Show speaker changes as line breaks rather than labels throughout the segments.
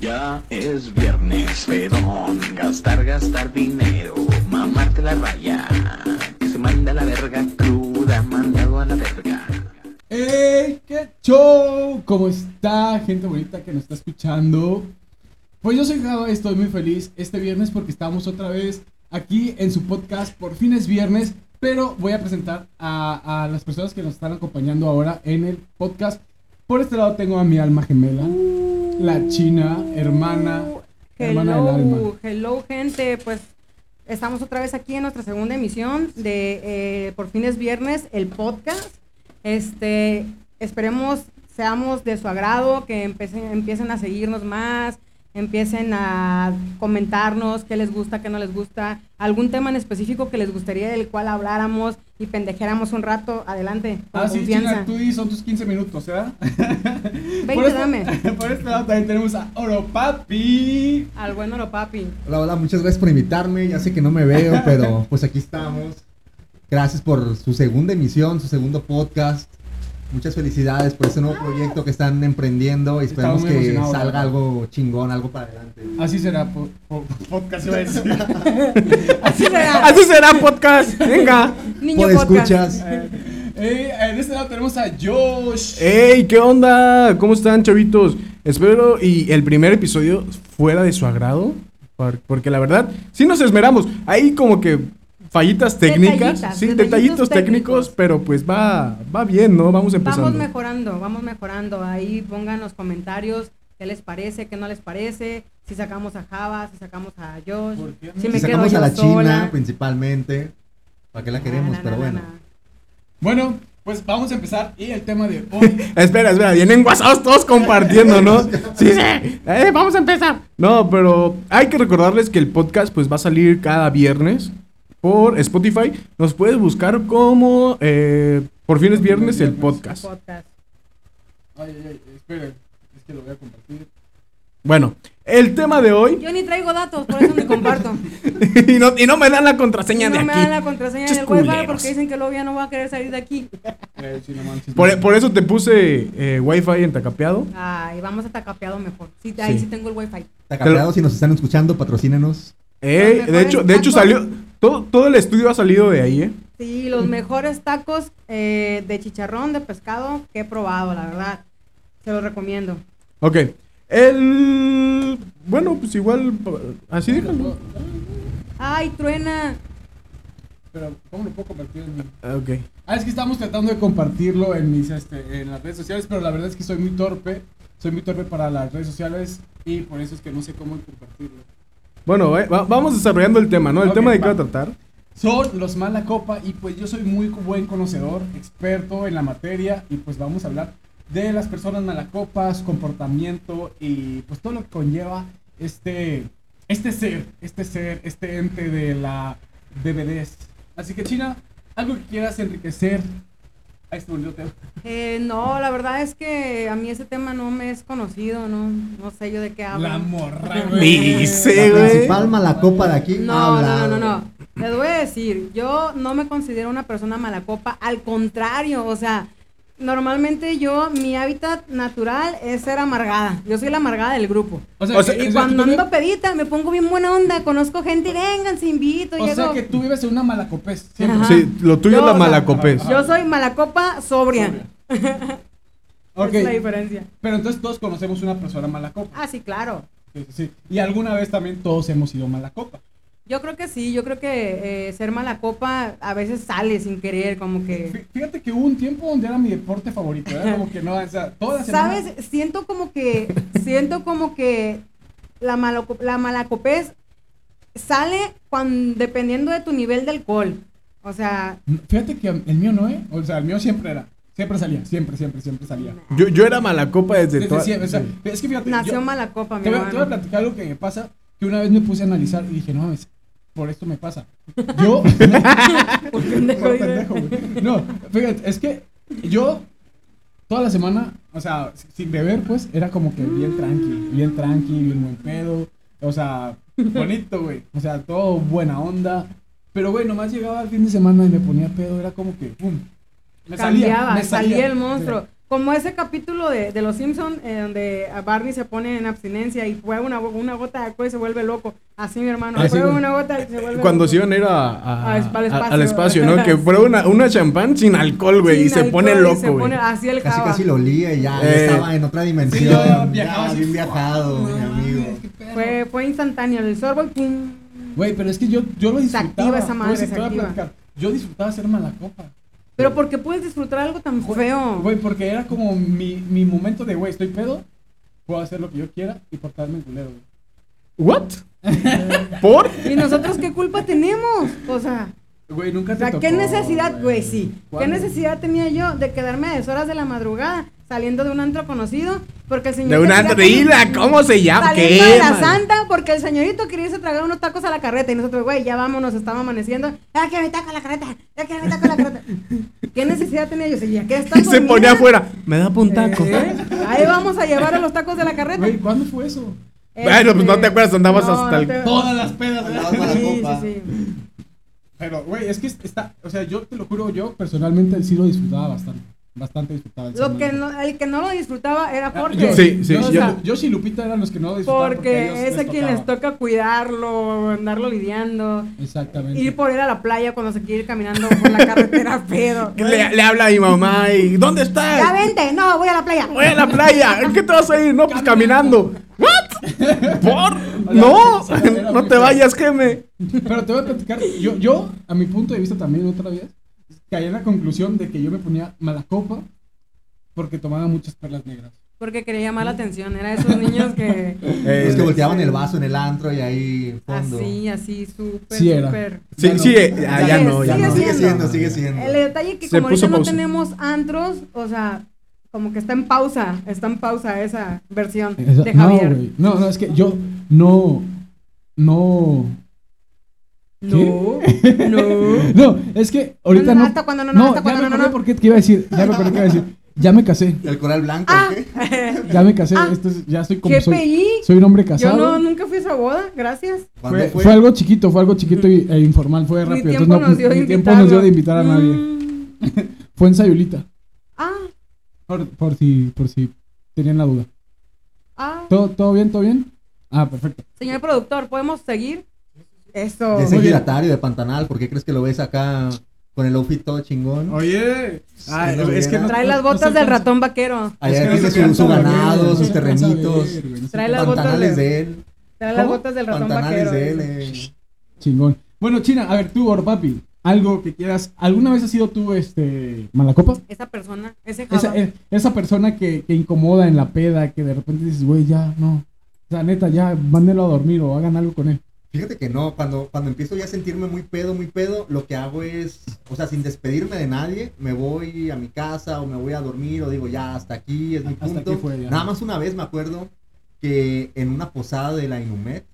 Ya es viernes, pedón. Gastar, gastar dinero. Mamarte la raya. Que se manda la verga cruda, mandado a la verga.
¡Ey, qué show! ¿Cómo está, gente bonita que nos está escuchando? Pues yo soy Java, estoy muy feliz este viernes porque estamos otra vez aquí en su podcast. Por fin es viernes, pero voy a presentar a, a las personas que nos están acompañando ahora en el podcast. Por este lado tengo a mi alma gemela,
Uh.
la china, hermana, hermana del alma.
Hello, hello gente, pues estamos otra vez aquí en nuestra segunda emisión de eh, Por fin es viernes, el podcast. Este, esperemos seamos de su agrado, que empecen, empiecen a seguirnos más, empiecen a comentarnos qué les gusta, qué no les gusta, algún tema en específico que les gustaría del cual habláramos y pendejéramos un rato, adelante, con
Ah, sí,
confianza.
china, tú di, son tus 15 minutos, ¿verdad?
Veinte,
por, este,
dame.
por este lado también tenemos a Oropapi.
Al bueno lo papi.
Hola, hola, muchas gracias por invitarme. Ya sé que no me veo, pero pues aquí estamos. Gracias por su segunda emisión, su segundo podcast. Muchas felicidades por ese nuevo proyecto que están emprendiendo y
Estamos
esperemos
muy
que
emocionados,
salga
¿verdad?
algo chingón, algo para adelante.
Ah,
Así será, po- po- podcast iba a decir.
Así será.
Así será podcast. Venga.
Niño
Por
Pues,
podcast.
Pues, escuchas.
Eh, en este lado tenemos a Josh.
Hey, ¿qué onda? ¿Cómo están, chavitos? Espero y el primer episodio fuera de su agrado, por- porque la verdad sí nos esmeramos. Hay como que fallitas técnicas,
Detallitas,
sí,
detallitos
detallitos técnicos,
técnicos.
pero pues va va bien, ¿no? Vamos empezando.
Vamos mejorando, vamos mejorando. Ahí pongan los comentarios qué les parece, qué no les parece. Si sacamos a Java, si sacamos a Josh,
¿Por qué?
si
Y
me quedo
sacamos
yo
a la
sola. Ah,
China principalmente. ¿Para qué la queremos?
Na, na,
pero
na,
bueno.
na.
Bueno, pues vamos a empezar y el tema de hoy.
Espera, espera, vienen WhatsApp todos compartiendo, ¿no? Sí, sí. Eh, vamos a empezar. No, pero hay que recordarles que el podcast pues va a salir cada viernes por Spotify. Nos puedes buscar como eh, por fin es viernes el podcast.
Podcast.
Ay, ay, ay, esperen, es que lo voy a compartir.
Bueno, el tema de hoy
Yo ni traigo datos, por eso ni comparto.
y no, y no me dan la contraseña de
no me
aquí.
dan la contraseña
Chis
del wifi
culeros.
porque dicen que luego ya no voy a querer salir de aquí.
Eh, sí, no manches.
Por, e. por eso te puse eh, Wi-Fi en tacapeado.
Ay, vamos a tacapeado mejor. Sí, ahí sí
Sí.
tengo el wifi.
Tacapeados, si nos están escuchando, patrocínenos.
Eh,
Los
de hecho,
mejores
de hecho
tacos.
salió todo, todo el estudio ha salido de ahí, ¿eh?
Sí, los mejores tacos eh, de chicharrón, de pescado que he probado, la verdad. Se los recomiendo.
Ok. El. Bueno, pues igual. Así déjalo.
Ay, truena.
Pero, ¿cómo lo puedo compartir en mi-
Ah, Ok.
Ah, es que estamos tratando de compartirlo en mis, este, en las redes sociales, pero la verdad es que soy muy torpe. Soy muy torpe para las redes sociales y por eso es que no sé cómo compartirlo.
Bueno, eh, va- vamos desarrollando el tema, ¿no? El
Ok,
tema de qué
va.
va a tratar.
Son los mala copa y pues yo soy muy buen conocedor, experto en la materia y pues vamos a hablar de las personas mala copa, su comportamiento y pues todo lo que conlleva este este ser, este ser, este ente de la bebedez. Así que China, algo que quieras enriquecer a este bonito tema.
Eh, no, la verdad es que a mí ese tema no me es conocido, no, no sé yo de qué hablo.
La morra. güey.
Dice,
La
güey.
principal mala copa de aquí.
No, no, no, no, no. Les voy a decir, yo no me considero una persona mala copa, al contrario, o sea, normalmente yo, mi hábitat natural es ser amargada. Yo soy la amargada del grupo.
O sea,
que-
Y
tú
cuando
vives-
ando pedita, me pongo bien buena onda, conozco gente y vengan, se invito,
O
llego.
sea que tú vives en una mala copez. siempre.
Ajá.
Sí, lo tuyo
Yo,
es la
o sea,
malacopez.
ajá.
Yo soy mala copa sobria. Esa es la
Ok,
diferencia.
pero entonces todos conocemos una persona mala copa.
Ah, sí, claro.
Sí, sí, sí. Y alguna vez también todos hemos sido mala copa.
Yo creo que sí, yo creo que eh, ser mala copa a veces sale sin querer, como que...
Fí- Fíjate que hubo un tiempo donde era mi deporte favorito, era como que no, o sea, toda la semana-
¿Sabes? Siento como que, siento como que la, malaco- la malacopez sale cuan- dependiendo de tu nivel de alcohol. O sea,
Fíjate que el mío no, ¿eh? O sea, el mío siempre era, siempre salía, siempre, siempre, siempre salía.
Yo, yo era malacopa desde,
Desde
toda-
siempre, o sea, es que fíjate,
nació
Pues yo-
mala copa, mi
te, voy, a- te voy a
hermano.
platicar algo que me pasa, que una vez me puse a analizar y dije, no, es, por esto me pasa. Yo,
Por pendejo,
Por
dice.
pendejo, güey. No, fíjate, es que yo toda la semana, o sea, si- sin beber, pues, era como que bien tranqui, bien tranqui, bien buen pedo, o sea, bonito, güey, o sea, todo buena onda, pero, güey, nomás llegaba el fin de semana y me ponía pedo, era como que, pum, me salía,
Cambiaba,
me salía.
el monstruo. Como ese capítulo de, de Los Simpsons, donde a Barney se pone en abstinencia y prueba una, una gota de alcohol y se vuelve loco. Así, mi hermano.
Así
prueba
como-
una gota y se vuelve
Cuando
loco.
se iban a ir a- a-
Ah, es para el
a-
espacio.
al espacio, ¿no? Que fue una, una champán sin alcohol, güey, y
Sin
se pone
alcohol y se
loco, güey.
pone Así el
Casi
java.
casi lo olía y ya, ya
Eh.
estaba en otra
Sí,
dimensión.
yo viajaba
ya,
así,
bien viajado,
No
mi
mames,
amigo.
qué pedo.
Fue, fue instantáneo el sorbo y pum.
Güey, pero es que yo, yo lo
Se activa
disfrutaba.
esa madre,
Pues,
se
te voy a
activa.
platicar. Yo disfrutaba ser mala copa.
Pero porque puedes disfrutar algo tan feo.
Güey, porque era como mi, mi momento de, güey, estoy pedo, puedo hacer lo que yo quiera y portarme el culero, güey.
¿What? ¿Por?
¿Y nosotros qué culpa tenemos? O sea,
Güey, nunca
o
te
sea, ¿qué
tocó,
necesidad, güey? Sí. ¿Qué
¿Cuándo?
necesidad tenía yo de quedarme a deshoras de la madrugada saliendo de un antro conocido? Porque el señor.
De una trila, ¿cómo se llama?
Saliendo de la
man?
santa porque el señorito quería irse a tragar unos tacos a la carreta y nosotros, güey, ya vámonos, estaba amaneciendo. Ya que me taco a la carreta, ya que me taco a la carreta. ¿Qué necesidad tenía yo? Seguía, ¿qué estás
Y se ponía
dormida?
afuera. Me da un taco.
¿Eh? Ahí vamos a llevar a los tacos de la carreta.
Güey,
Este,
¿cuándo fue eso?
Bueno, pues, no te acuerdas, andabas hasta el-
te-
Todas las pedas,
Andaba
¿verdad?
para la
¿eh? Sí,
copa.
sí, sí.
Pero, güey, es que está, o sea, yo te lo juro, yo personalmente sí lo disfrutaba bastante. Bastante disfrutaba. el
Lo
ser
que
mala copa.
no- el que no lo disfrutaba era
Ah,
Jorge.
Yo,
Sí, sí,
yo,
sí,
o
yo-
sea, yo sí Lupita eran los que no lo disfrutaban.
Porque,
a ellos
es a
les
quien les
tocaba.
toca cuidarlo, andarlo lidiando,
Exactamente.
ir por él a la playa cuando se quiere ir caminando por la carretera, pero.
Le, le habla a mi mamá y ¿dónde
Ya
estás?
vente, no, voy a la playa.
Voy a la playa. ¿En qué te vas a ir? No, pues caminando. ¿What? ¿Por? No, no te vayas, Geme.
Pero te voy a platicar, yo, yo, a mi punto de vista también otra vez, caí en la conclusión de que yo me ponía mala copa porque tomaba muchas perlas negras.
Porque quería llamar la atención, era esos niños que.
Eh,
Los que volteaban el vaso en el antro y ahí fondo.
Así, así, súper,
Sí era.
súper.
Sí,
Ya no.
sí, eh, ah, ya
Sigue-
no, ya
sigue
no.
Sigue
siendo.
siendo, sigue siendo.
El detalle que
Se
como ahorita
puso
no
pausa.
tenemos antros, o sea, como que está en pausa, está en pausa esa versión
Esa-
de
no,
Javier.
güey. No, no, es que yo no, no,
No, no.
no, es que ahorita
No, no,
no.
hasta cuando no, no,
no,
hasta
ya
cuando
me
no, no,
acordé
no.
por qué, qué iba a decir, ya me acordé qué iba a decir. Ya me casé,
El coral blanco,
Ah,
¿qué?
ya me casé,
Ah,
esto es- ya estoy como
¿Qué
soy.
pedí?
Soy un hombre
Yo
casado.
no, nunca fui a esa boda, gracias.
¿Cuándo
Fue,
fue?
fue algo chiquito, fue algo chiquito y- e informal, fue
Mi
rápido.
tiempo
Entonces, no,
nos dio de
mi tiempo
invitarlo.
nos dio de invitar a nadie.
Mm.
Fue en Sayulita,
Ah,
por, por si, por si tenían la duda.
ah.
¿Todo, todo bien, todo bien? Ah, perfecto.
Señor productor, ¿podemos seguir? Eso.
De ese
Muy bien.
giratario de Pantanal, ¿por qué crees que lo ves acá con el outfit todo chingón?
Oye.
Ay, ah, es que no-
Trae las
no se
botas del
alcanza-
ratón vaquero.
Allá
no se
tiene su, su
alcanza a ver, güey,
ganado,
no
sus
se alcanza a ver,
terrenitos,
güey, no se
Trae
alcanza-
las botas
pantanales
de-
de él.
Trae las
¿Cómo?
botas del ratón
Pantanales
vaquero.
de él. eh.
Chingón. Bueno, China, a ver, tú, Orpapi, algo que quieras. ¿Alguna vez has sido tú, este, Malacopa?
Esa persona, ese jabón.
Esa, eh, esa persona que, que incomoda en la peda, que de repente dices, güey, ya, no. O sea, neta, ya, mándelo a dormir o hagan algo con él.
Fíjate que no, cuando, cuando empiezo ya a sentirme muy pedo, muy pedo, lo que hago es, o sea, sin despedirme de nadie, me voy a mi casa o me voy a dormir o digo, ya, hasta aquí es mi
Hasta
punto.
aquí fue, ya.
Nada más una vez me acuerdo que en una posada de la Inumet,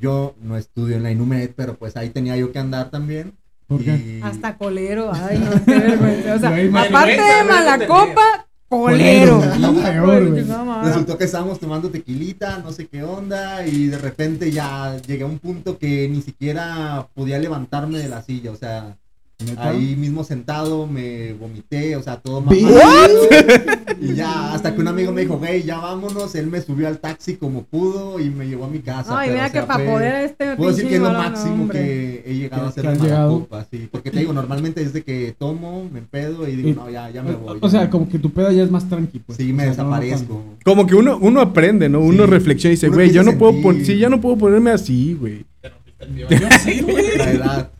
yo no estudio en la Inumet, pero pues ahí tenía yo que andar también.
¿Por qué?
y-
Hasta colero. Ay, no, qué vergüenza. O sea,
Güey,
aparte
mal-
de mala copa, colero.
Colero.
Lo peor, güey.
No, mames.
Resultó que estábamos tomando tequilita, no sé qué onda, y de repente ya llegué a un punto que ni siquiera podía levantarme de la silla, o sea,
¿Neta?
ahí mismo sentado me vomité, o sea, todo mal.
Ve-
Y ya, hasta que un amigo me dijo, güey, ya vámonos, él me subió al taxi como pudo y me llevó a mi casa.
Ay,
pero,
mira
o sea,
que para
fue-
poder este
Puedo decir
pinche
que es lo
varón,
máximo
hombre.
que he llegado a
Que-
hacer
que has
de mala
llegado.
copa, sí. Porque te digo, normalmente es de que tomo, me pedo y digo,
Y-
no, ya, ya me voy.
O
ya".
sea, como que tu peda ya es más tranqui, pues.
Sí, me
O sea, no, no
desaparezco.
tanto.
Como que uno, uno aprende, ¿no? Uno
Sí.
reflexiona y dice,
Uno
güey, yo
empieza a
no puedo pon-
sentir.
sí, ya no puedo ponerme así, güey.
La edad.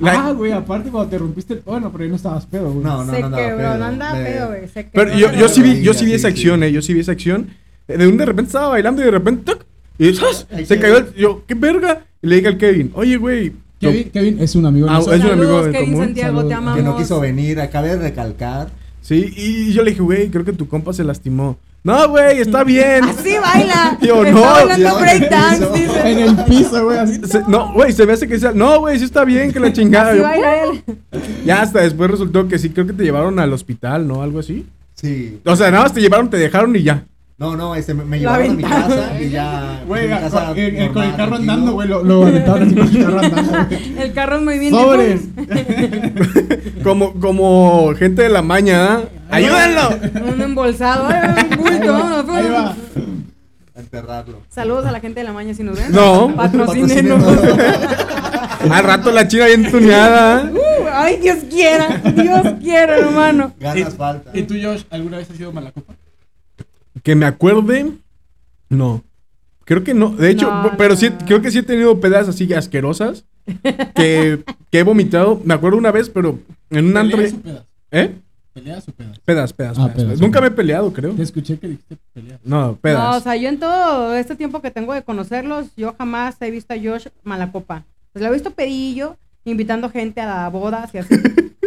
La-
Ah, güey, aparte cuando te rompiste el... Bueno, pero ahí no estabas pedo, güey.
No, no,
se
no, andaba
quebró,
pedo,
no andaba
me-
pedo, güey. se
Pero
quebró,
yo, yo
se
sí vi,
Sí,
yo sí vi
sí,
esa
sí.
acción, eh, yo sí vi esa acción. De un de repente estaba bailando y de repente ¡tac! y ¡zas!
Ay,
se
qué-
cayó. el- Yo, qué verga. Y le dije al Kevin, oye, güey. yo-
Kevin, Kevin es un amigo.
Ah,
nuestro.
es un amigo
Saludos,
de
Kevin
común,
Santiago,
saludos.
te
Que
amamos.
que no quiso venir. Acabé de recalcar.
Sí, y yo le dije, güey, creo que tu compa se lastimó. No, güey, está bien.
Así baila.
Yo,
Está
no,
ya,
bailando break
eso.
dance, dice.
en el piso, güey, así.
Se- no, güey, se me hace que sea. No, güey, sí está bien, que la chingada.
Así
Yo,
baila él.
ya hasta después resultó que sí, creo que te llevaron al hospital, ¿no? Algo así.
Sí.
O sea, nada más te llevaron, te dejaron y ya.
No, no, este, me, me
Lo
llevaron a mi
aventaron.
casa y ya.
Güey,
mi
con,
casa
eh, eh, con el
normal,
carro
tranquilo.
andando, güey, lo, lo aventaron así con el carro andando, güey.
El carro es muy bien.
Sobres.
Como, como gente de la maña, ¿ah? ¡Ayúdenlo!
Un embolsado. ay, un bulto, vámonos,
Ahí va.
A enterrarlo.
Saludos a la gente de la maña si nos ven.
No.
Patrocínenos.
Al rato la china bien tuneada. ¿eh?
Uh, ay, Dios quiera. Dios quiera, hermano.
Ganas falta.
¿Y tú, Josh, alguna vez has sido mala copa?
Que me acuerde. No. Creo que no. De hecho,
No,
pero
no,
sí,
no.
creo que sí he tenido pedas así asquerosas. Que, que he vomitado. Me acuerdo una vez, pero en un antro.
¿Peleas o pedas?
¿Eh?
¿Peleas o pedas?
Pedas, pedas,
Ah,
pedas,
pedas,
pedas. Nunca
ok.
me he peleado, creo.
Te escuché que dijiste peleas.
No,
No, o
pedas.
sea, yo en todo este tiempo que tengo de conocerlos, yo jamás he visto a Josh mala copa. Pues lo he visto pedillo, invitando gente a la boda, y así.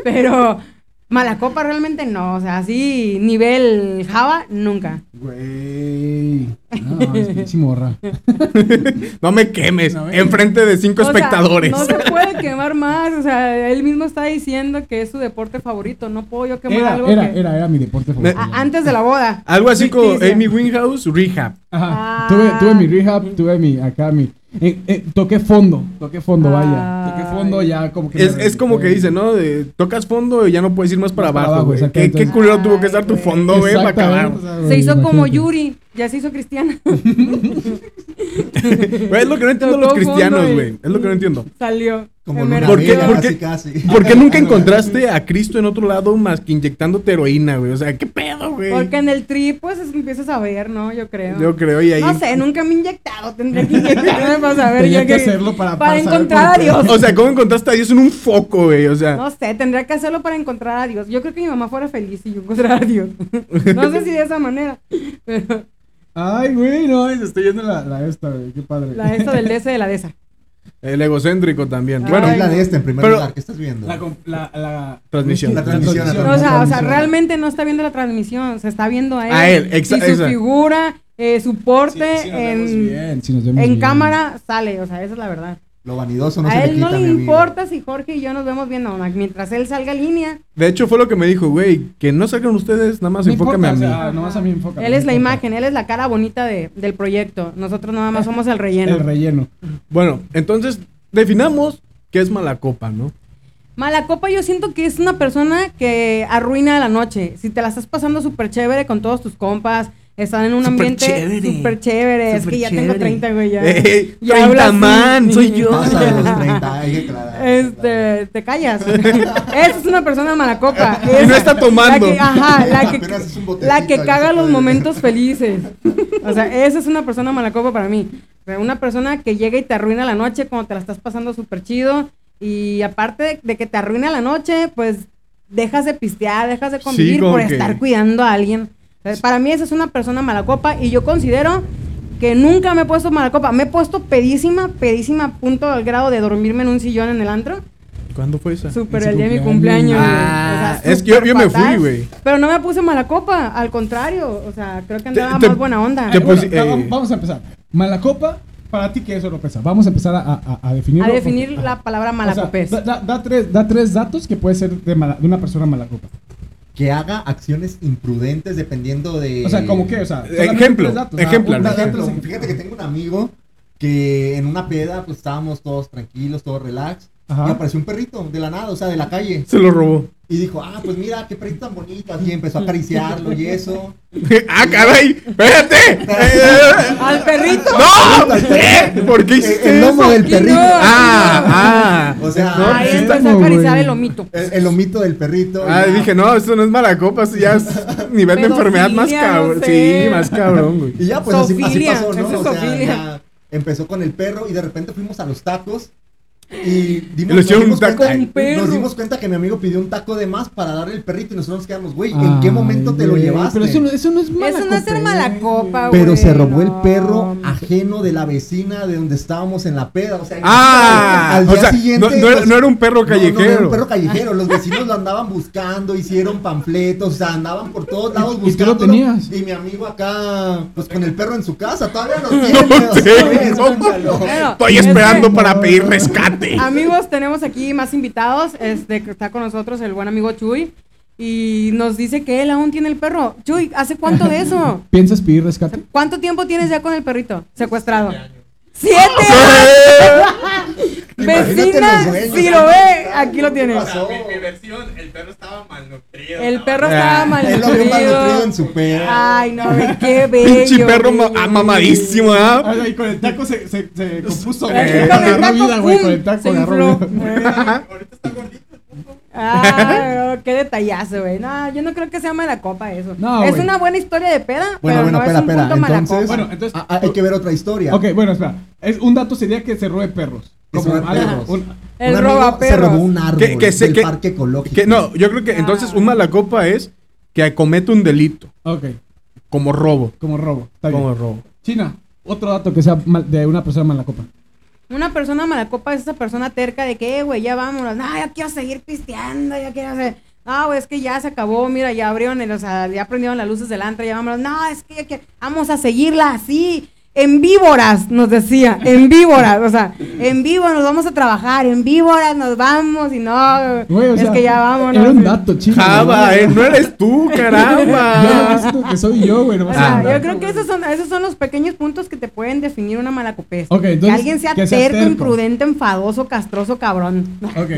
Pero mala copa realmente no. O sea, así nivel Java, nunca.
Güey. Ah, No, es pinche morra.
No me quemes.
No, eh.
Enfrente de cinco
O sea,
espectadores.
no se puede quemar más. O sea, él mismo está diciendo que es su deporte favorito. No puedo yo quemar
Era,
algo
era,
que... Ah,
era, era mi deporte favorito.
A- antes de la boda.
Algo así como
Ficticia.
Amy Winghouse, Rehab.
Ajá.
Ah.
Tuve, tuve mi rehab, tuve mi, acá mi. eh, eh, toqué fondo, toqué fondo, vaya.
Ay.
Toqué fondo ya como que. me
Es, es como que
rehabilité.
dice, ¿no? De, tocas fondo y ya no puedes ir más para
Más para
abajo,
abajo,
güey. ¿Qué,
exactamente.
qué culero tuvo que
Ay,
estar tu
güey.
fondo, güey, para
Exactamente,
acabar.
o sea,
Se
güey,
hizo como
imagínate.
Yuri, ya se hizo cristiana.
Güey, es lo que no entiendo
Tocó
los cristianos,
fondo y-
güey. Es lo que no entiendo.
Salió.
Como
Se
Luna
me
¿Por qué?
Vega,
¿Por
rompió.
qué?
Casi, casi.
¿Por qué nunca encontraste a Cristo en otro lado más que inyectándote heroína, güey? O sea, ¿qué pedo, güey?
Porque en el tri, pues es- empiezas a ver, ¿no? Yo creo.
Yo creo, y ahí.
No sé, nunca me he inyectado. Tendría que inyectarme para saber.
Tenía
ya
que hacerlo para- para saber
encontrar a
por qué.
Dios.
O sea, ¿cómo encontraste a Dios en un foco, güey? O sea,
No sé, tendría que hacerlo para encontrar a Dios. Yo creo que mi mamá fuera feliz si yo encontrara a Dios. No sé si de esa manera. Pero
Ay, güey, no, se estoy yendo la, la esta, güey. Qué padre.
la esta del DS de la de esa.
el egocéntrico también.
Ay,
bueno,
es la de esta en primer
Pero-
lugar. ¿Qué estás viendo?
La, com- la, la
Transmisión.
La transmisión, la
No, o sea, o sea,
transmisión.
realmente no está viendo la transmisión, se está viendo a él.
A él, exa-
y su
exacto.
figura, eh, su
Sí,
porte
sí nos vemos
en,
bien, sí nos vemos
en
bien.
cámara sale, o sea, esa es la verdad.
Lo vanidoso no se
a
le
él
quita,
no le
mi amigo.
importa si Jorge y yo nos vemos bien, no, mientras él salga a línea,
de hecho fue lo que me dijo, güey, que no salgan ustedes, nada más
No importa,
enfócame a mí.
o sea, Ah, nomás a mí enfócame,
él es la
no importa.
imagen, él es la cara bonita de- del proyecto, nosotros nada más somos el relleno.
El relleno.
Bueno, entonces definamos qué es mala copa, ¿no?
Mala copa yo siento que es una persona que arruina la noche. Si te la estás pasando súper chévere con todos tus compas, están en un
Súper
ambiente
chévere.
súper chévere. es
Súper
que ya
chévere.
tengo 30, güey, ya.
Ey,
Ya
30
hablo así.
man, soy yo.
Pasa de los 30, hay que aclarar.
Este, te callas. Esa es una persona mala copa.
Y no está tomando.
La que, ajá, la que,
Apenas es un botecito,
la que
ahí
caga
se
los
puede.
momentos felices. O sea, esa es una persona mala copa para mí. O sea, una persona que llega y te arruina la noche cuando te la estás pasando súper chido. Y aparte de, de que te arruina la noche, pues dejas de pistear, dejas de
Sí,
convivir
como
por
que-
estar cuidando a alguien. O sea, para mí esa es una persona mala copa y yo considero que nunca me he puesto mala copa. Me he puesto pedísima, pedísima, a punto al grado de dormirme en un sillón en el antro.
¿Cuándo fue esa?
En
Súper
su
el día de mi
cumpleaños.
cumpleaños. güey.
Ah,
O sea,
es que yo- yo me
superfatal.
fui, güey.
Pero no me puse mala copa, al contrario. O sea, creo que andaba
te-
más buena onda.
te-
Eh, bueno,
pusi-
ya,
eh.
Vamos a empezar. Mala copa, para ti, ¿qué es pesa? Vamos a empezar a, a, a definirlo.
A definir
porque-
la palabra
O sea,
malacopés.
da, da- da tres, da tres datos que puede ser de, mala- de una persona mala copa.
Que haga acciones imprudentes dependiendo de.
O sea, ¿cómo qué? O sea, solamente
Ejemplo,
tres datos, o sea,
ejemplo,
un-
Por
Claro.
da- da
ejemplo,
tres ejemplos.
fíjate que tengo un amigo que en una peda, pues estábamos todos tranquilos, todos relax.
Ajá.
Y apareció un perrito de la nada, o sea, de la calle.
Se lo robó.
Y dijo, ah, pues mira, qué perrito tan bonito. Así empezó a acariciarlo y eso.
¡Ah, caray! ¡Espérate!
Al perrito.
¡No! ¿Eh? ¿Por qué hiciste
El lomo
eso?
del perrito.
No.
¡Ah! ¡Ah!
O sea,
No,
Ahí
sí está
empezó a
como,
acariciar
güey.
el lomito.
El, el lomito del perrito.
Ah,
y ya.
dije, no, esto no es mala copa, esto ya es nivel de enfermedad más
Pedofilia,
cabrón.
no sé.
Sí, más cabrón, güey.
Y ya, pues así- así,
Zoofilia,
pasó, ¿no?
eso es
O sea,
zoofilia.
ya empezó con el perro y de repente fuimos a los tacos. Y dimos,
Le hicieron
nos, dimos
un taco.
cuenta,
Con perro.
nos dimos cuenta que mi amigo pidió un taco de más para darle el perrito y nosotros nos quedamos, güey, ¿en
Ay,
qué momento te lo
güey,
llevaste?
Ah, Pero eso no, eso no es ¿eh? mala
Eso no es ser mala copa, güey.
Pero se robó el
no.
perro ajeno de la vecina de donde estábamos en la peda. O sea,
¡Ah!
al día
O sea, no,
siguiente,
no era,
los-
no era un perro
no, no, era
callejero.
un perro callejero. Los vecinos lo andaban buscando, hicieron panfletos, o sea, andaban por todos lados
¿Y tú
buscando.
lo tenías?
Y mi amigo acá, pues con el perro en su casa, todavía lo tiene.
No
o sea,
sé,
güey,
no.
escúchalo.
Bueno,
Estoy
es que,
esperando para pedir rescate.
Amigos, tenemos aquí más invitados. Este que está con nosotros el buen amigo Chuy. Y nos dice que él aún tiene el perro. Chuy, ¿hace cuánto de eso?
¿Piensas pedir rescate?
¡Eh!
¿Cuánto tiempo tienes ya con el perrito secuestrado? ¡Siete!
Imagínate los
Vecina,
dueños,
si
¿qué
lo ve, aquí lo tiene.
pasó?
Mi, mi versión, el perro estaba malnutrido.
El
estaba-
perro
Ah,
estaba
Él lo vio malnutrido en
malnutrido.
su perro.
Ay, no, ve, qué bello.
Pinche perro ma-
güey.
ah, mamadísimo, ¿ah?
Ah, y con el taco se, se, se compuso.
Con
güey.
el
Eh, Agarró
taco,
vida, güey. Con el
pum,
taco
se
agarró
infló.
vida.
Eh,
Ahorita está gordito.
Ah, no, qué detallazo, güey. No, yo no creo que sea mala copa eso.
No,
es
güey.
una buena historia de peda,
Bueno,
pero
bueno,
no
espera,
es un
espera.
punto mala
Entonces,
copa.
Bueno, entonces-
ah, ah, hay que ver otra historia.
Ok, bueno, espera. Es, un dato sería que se robe perros.
Que se robe
algo,
perros.
un-
Un
El
amigo
roba
Se robó
perros.
un árbol
Que, que sé
del
que,
parque ecológico.
que no, yo creo que entonces un mala copa es que acomete un delito
ok,
como robo.
como robo. Está bien.
Como robo.
China, otro dato que sea mal- de una persona mala copa.
Una persona mala copa es esa persona terca de que, "Eh, güey, ya vámonos. No, yo quiero seguir pisteando, yo quiero hacer. No, güey, es que ya se acabó, mira, ya abrieron, el- o sea, ya prendieron las luces del antro, ya vámonos. No, es que, ya que- vamos a seguirla así, en víboras, nos decía, en víboras, o sea, en víboras nos vamos a trabajar, en víboras nos vamos y no,
Güey, o
es
sea,
que ya vámonos.
Era un dato, China.
Java,
güey.
eh, no eres tú,
Ya
caramba.
ves que soy yo, güey.
O
nomás
sea,
era un
yo
dato,
creo que
güey.
esos son, esos son los pequeños puntos que te pueden definir una mala copés.
Ok,
que
entonces,
alguien sea,
que sea
terco,
terco.
imprudente, enfadoso, castroso, cabrón.
Ok,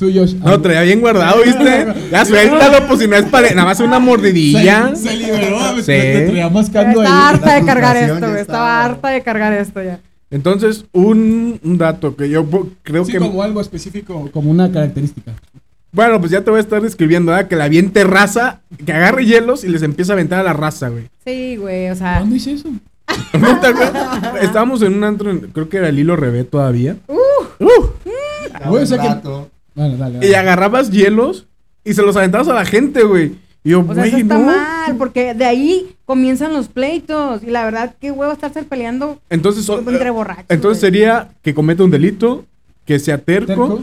tú, Josh.
No, traía bien guardado, ¿viste? Ya suéltalo, pues si no es para. Nada más una
Se-
mordidilla.
Se liberó, me,
Sí.
me traía mascando
Estaba
ahí.
harta de cargar
frustración
esto,
ya
güey,
estaba.
Estaba harta de cargar esto ya.
Entonces, un, un dato que yo po- creo
Sí,
que.
como algo específico, como una característica.
Bueno, pues ya te voy a estar describiendo, ¿verdad? Que la aviente raza, que agarre hielos y les empieza a aventar a la raza, güey.
Sí, güey, o sea.
¿Cuándo hice eso?
¿No te acuerdas? Estábamos en un antro, en- creo que era el hilo rebé todavía.
Ah.
¡Uh!
Estaba
Güey, o
un
sea que-
rato.
Bueno, dale. dale.
Y agarrabas hielos y se los aventabas a la gente, güey. Y yo,
O sea,
güey,
eso está
no.
mal, porque de ahí comienzan los pleitos. Y la verdad, qué huevo estarse peleando
Entonces, so- eh,
entre borrachos.
entonces
güey.
sería que cometa un delito, que sea terco.
Terco.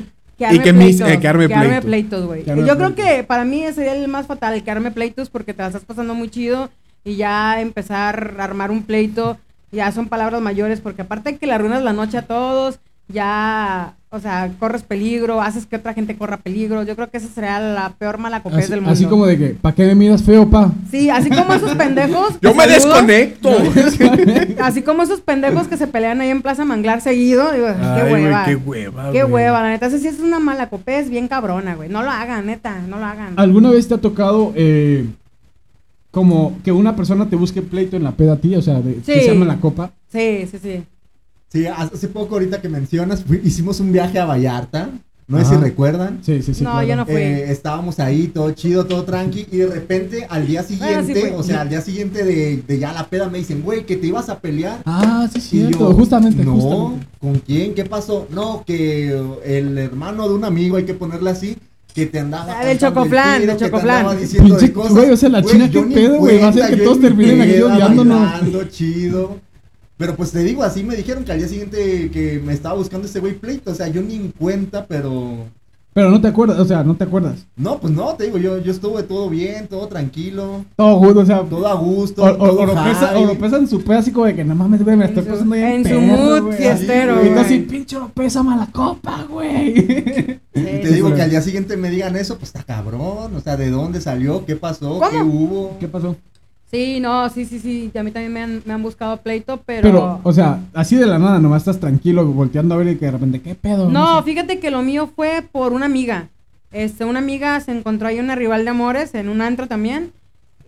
y que mis- eh, que arme
que arme
pleitos.
pleitos, güey.
Que arme
Yo creo
pleitos.
que para mí ese sería el más fatal, el que arme pleitos, porque te la estás pasando muy chido y ya empezar a armar un pleito, ya son palabras mayores, porque aparte de que le arruinas la noche a todos, ya, o sea, corres peligro, haces que otra gente corra peligro. Yo creo que esa sería la peor mala copia
así,
del mundo.
así como de que, ¿para qué me miras feo, pa?
Sí, así como esos pendejos.
¡Yo me
saludos,
desconecto!
Así como esos pendejos que se pelean ahí en Plaza Manglar seguido. Digo,
Ay,
qué
güey,
hueva.
qué
Ah,
hueva,
Qué
güey.
hueva, la neta. Esa sí es una mala copé, es bien cabrona, güey. No lo hagan, neta, no lo hagan.
¿Alguna vez te ha tocado eh, como que una persona te busque pleito en la peda a ti? O sea, de, que
Sí.
se llama la copa.
Sí, sí, sí.
Sí, hace poco ahorita que mencionas, fui- hicimos un viaje a Vallarta. No sé si
Ajá.
recuerdan.
Sí, sí, sí.
No, yo no fui.
Eh, estábamos ahí, todo chido, todo tranqui, y de repente al día
Bueno, sí
siguiente,
fue.
o sea, al día siguiente de, de ya la peda me dicen, güey, que te ibas a pelear.
Ah, sí,
Y
cierto.
yo,
justamente,
No,
justamente.
¿con quién? ¿Qué pasó? No, que eh, el hermano de un amigo, hay que ponerle así, que te andaba.
Ah, del
cantando el
chocoflán, del
que te
chocoflán.
andaba diciendo de
Pinche-
cosas.
güey, o sea, la china,
yo
¿qué
ni
pedo, güey? Va a hacer
cuenta,
que
yo
todos
en
terminen aquí
peda,
odiándonos.
bailando, chido. Pero pues te digo, así me dijeron que al día siguiente que me estaba buscando ese güey pleito. O sea, yo ni en cuenta, pero.
Pero no te acuerdas, o sea, no te acuerdas.
No, pues no, te digo, yo, yo estuve todo bien, todo tranquilo,
Todo justo, o sea.
todo a gusto.
o, o,
todo
o lo pesa,
high.
o lo pesa en su peda así como de que no mames, güey, me la estoy
En su-
pasando bien.
en su
perro,
mood
güey".
fiestero,
Y tú
güey.
así, pinche lo pesa mala copa, güey.
Sí,
Y te
sí,
digo
sí.
que al día siguiente me digan eso, pues está cabrón. O sea, ¿de dónde salió? ¿Qué pasó?
¿Cómo?
¿Qué hubo?
¿Qué pasó?
Sí, no, sí, sí, sí. A mí también me han, me han buscado pleito, pero.
Pero, o sea, así de la nada, nomás estás tranquilo, volteando a ver y que de repente, ¿qué pedo?
No,
sé.
fíjate que lo mío fue por una amiga. Este, una amiga se encontró ahí una rival de amores en un antro también.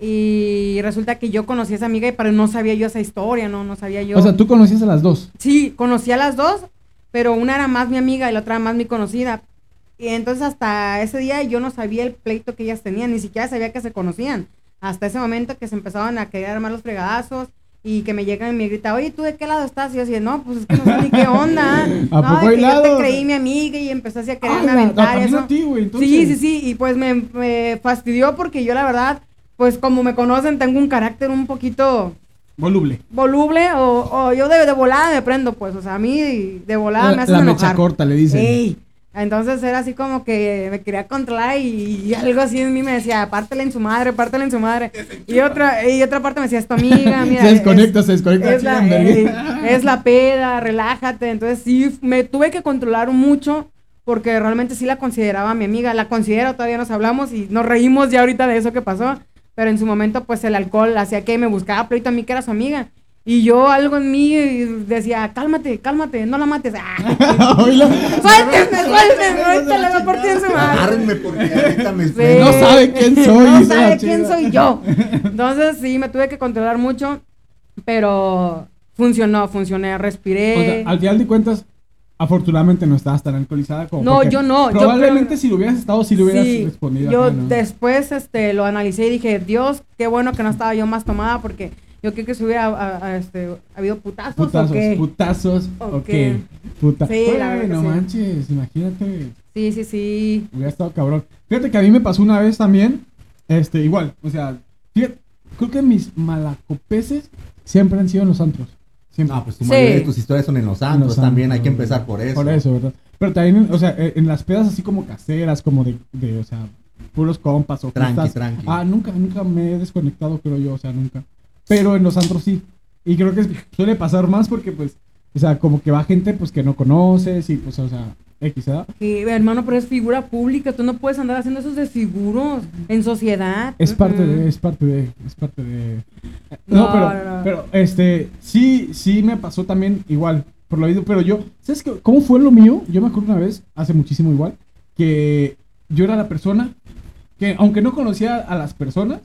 Y resulta que yo conocí a esa amiga, pero no sabía yo esa historia, no, no sabía yo.
O sea, tú conocías a las dos.
Sí, conocí a las dos, pero una era más mi amiga y la otra era más mi conocida. Y entonces hasta ese día yo no sabía el pleito que ellas tenían, ni siquiera sabía que se conocían. Hasta ese momento que se empezaban a querer armar los fregadazos y que me llegan y me gritan, oye, ¿tú de qué lado estás? Y yo decía, no, pues es que no sé ni qué onda.
¿A
no,
poco
es
hay
que yo te
lado?
creí mi amiga y empezó así a
Ah,
quererme aventar. y
también
eso.
a ti, güey, entonces.
Sí, sí, sí, y pues me, me fastidió porque yo la verdad, pues como me conocen, tengo un carácter un poquito
Voluble.
voluble o, o yo de, de volada me prendo, pues, o sea, a mí de volada me
la
hacen
la mecha
enojar.
corta, le dicen.
Ey. Entonces era así como que me quería controlar y, y algo así en mí me decía, pártela en su madre, pártela en su madre. Y otra, y otra parte me decía, es tu amiga, mira.
se
es-
desconecta, se desconecta.
es la,
chingan,
eh,
verga.
es la peda, relájate. Entonces sí, me tuve que controlar mucho porque realmente sí la consideraba mi amiga. La considero, todavía nos hablamos y nos reímos ya ahorita de eso que pasó. Pero en su momento, pues el alcohol hacía que me buscaba pleito a mí que era su amiga. Y yo algo en mí decía, cálmate, cálmate, no la mates. ¡Ah!
Oíla.
¡Suéltenme, suéltenme! Ahorita le doy por ti en su madre.
Agárrenme porque ahorita me
Sí.
espero.
No sabe quién soy,
No
esa
sabe quién
chingada.
soy yo. Entonces sí, me tuve que controlar mucho, pero funcionó, funcioné, respiré.
O sea, al final de cuentas, afortunadamente no estabas tan alcoholizada como.
No,
porque
yo no, yo
Probablemente
creo-
si lo hubieras estado, si lo hubieras
Sí,
respondido.
Yo
acá, ¿no?
después este, lo analicé y dije, Dios, qué bueno que no estaba yo más tomada porque yo creo que si hubiera a- a- este, habido putazos, o
Putazos,
qué.
putazos,
¿O
ok.
qué?
Puta.
Sí, la verdad
Güey,
que
no
sí.
manches, imagínate.
Sí, sí, sí.
Hubiera estado cabrón. Fíjate que a mí me pasó una vez también, este, igual, o sea, fíjate, creo que mis malacopeses siempre han sido en los antros. Siempre.
No, pues tu
Sí.
mayoría de tus historias son en los
En los
santos también, hay
antros,
que empezar por eso.
Por eso, ¿verdad? Pero también, en- o sea, eh, en las pedas así como caseras, como de, de, o sea, puros compas o
Tranqui,
fiestas.
tranqui.
Ah, nunca, nunca me he desconectado, creo yo, o sea, nunca. Pero en los antros sí. Y creo que suele pasar más porque, pues, o sea, como que va gente, pues, que no conoces y, pues, o sea, X, ¿verdad?
Y, hermano, pero es figura pública, tú no puedes andar haciendo esos desfiguros en sociedad.
Es parte
Mm-mm.
de, es parte de, es parte de. No,
No,
pero,
no, no.
pero, este, sí, sí me pasó también igual, por lo mismo, pero yo, ¿sabes qué? cómo fue lo mío? Yo me acuerdo una vez, hace muchísimo igual, que yo era la persona que, aunque no conocía a las personas,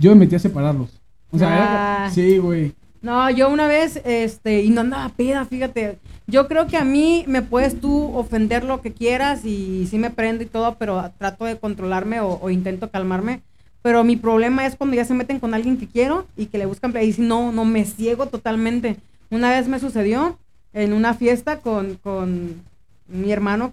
yo me metía a separarlos. O sea, era-
Ah.
sí, güey.
No, yo una vez, este, y no andaba peda, fíjate. Yo creo que a mí me puedes tú ofender lo que quieras y sí me prendo y todo, pero trato de controlarme o, o intento calmarme. Pero mi problema es cuando ya se meten con alguien que quiero y que le buscan play. Y si no, no, me ciego totalmente. Una vez me sucedió en una fiesta con, con mi hermano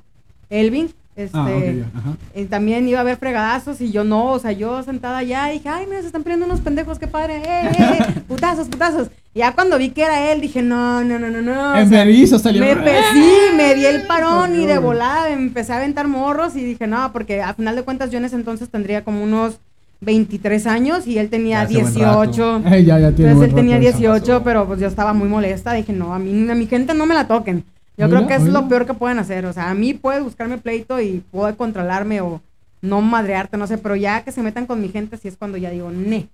Elvin. Este,
Ah, ok, ya, ajá.
y eh, también iba a haber fregadazos y yo no, o sea, yo sentada allá dije, ay, mira, se están peleando unos pendejos, qué padre, eh, eh, eh, putazos, putazos. Y ya cuando vi que era él, dije, no, no, no, no, no. o
En
sea,
Berizo salió.
me pe- sí, me di el parón y de
Salió.
volada me empecé a aventar morros y dije, no, porque a final de cuentas yo en ese entonces tendría como unos 23 años y él tenía
Ya hace buen
18.
Eh, ya, ya tiene
Entonces
buen
él tenía
rato eso.
18, pero pues yo estaba muy molesta. Dije, no, a mí, a mi gente no me la toquen. Yo
Oiga,
creo que es
oiga.
lo peor que pueden hacer. O sea, a mí puede buscarme pleito y puede controlarme o no madrearte, no sé. Pero ya que se metan con mi gente, sí es cuando ya digo, ne.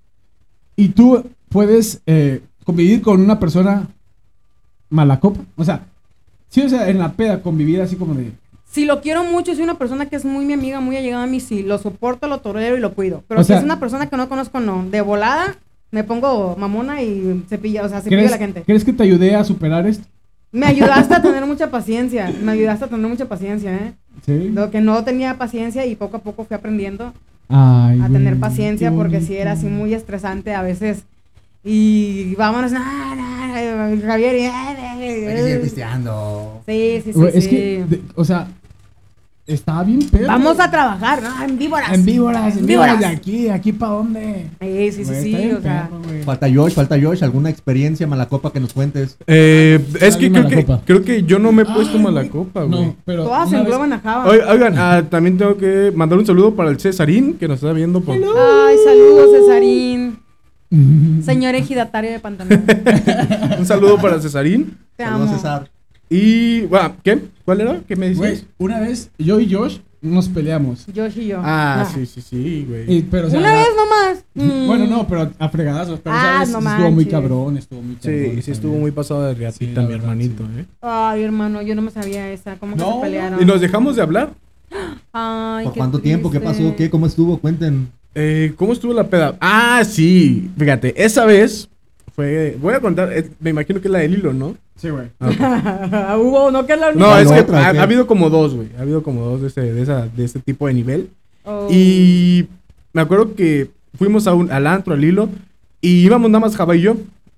¿Y tú puedes eh, convivir con una persona mala copa? O sea, sí, o sea, en la peda convivir así como de...
Si lo quiero mucho, soy una persona que es muy mi amiga, muy allegada a mí, sí. Lo soporto, lo tolero y lo cuido. Pero
O
si
sea-
es una persona que no conozco, no. De volada, me pongo mamona y cepilla, o sea, cepillo a
¿Crees,
la gente.
¿Crees que te ayudé a superar esto?
Me ayudaste a tener mucha paciencia. Me ayudaste a tener mucha paciencia, ¿eh?
Sí.
Lo que no tenía paciencia y poco a poco fui aprendiendo.
Ay,
a
güey,
tener paciencia
qué
porque sí era así
bonito.
muy estresante a veces. Y vámonos, ah, nah, nah, nah, ah, Javier. y-
Hay que seguir pisteando.
ah. Sí, sí, sí.
Güey, es
sí.
que, de- o sea, estaba bien pedo.
Vamos a trabajar, ¿no? En víboras.
En víboras, en
En
víboras.
víboras.
De aquí, de aquí para dónde.
Sí, sí, sí,
Güey,
sí,
está bien
o sea.
perro, güey.
Falta Josh, falta Josh, alguna experiencia mala copa que nos cuentes.
Eh, es que
Dale
creo, que
malacopa.
creo que yo no me he puesto
Ay,
mala copa, güey.
No, pero
Todas se
una vez-
engloban a Java.
Oigan, oigan, ah, también tengo que mandar un saludo para el Cesarín, que nos está viendo por...
Ay, saludos, Cesarín. Señor ejidatario de Pantanal.
Un saludo para el Cesarín.
Te
Saludos,
amo.
César.
Y, bueno, ¿qué? ¿Cuál era? ¿Qué me
Güey,
dices?
una vez yo y Josh nos peleamos.
Josh y yo.
Ah,
Ah.
sí, sí, sí, güey.
Y- pero, o sea,
Una
la-
vez nomás. Mm.
Bueno, no, pero a fregadazos. Pero,
Ah,
¿sabes?
no
estuvo muy
manches.
cabrón, estuvo muy cabrón.
Sí, sí
también.
estuvo muy pasado de
Sí,
reatita,
la
mi
verdad,
hermanito,
sí.
¿eh?
Ay, hermano, yo no me sabía esa. ¿Cómo que
No,
se pelearon?
Y nos dejamos de hablar.
Ay,
¿Por
qué
cuánto tiempo? ¿Qué
triste.
pasó? ¿Qué? ¿Cómo estuvo? Cuenten.
Eh, ¿Cómo estuvo la peda? Ah, sí. Fíjate, esa vez fue... Voy a contar, eh, me imagino que es la del hilo, ¿no?
Sí, güey.
Hubo uno que es la única.
Ah, No,
¿La
es que
otra,
ha,
o qué?
ha habido como dos, güey. Ha habido como dos de este, de esa, de este tipo de nivel.
Oh.
Y me acuerdo que fuimos a un, al antro, al hilo, y íbamos nada más Java y yo.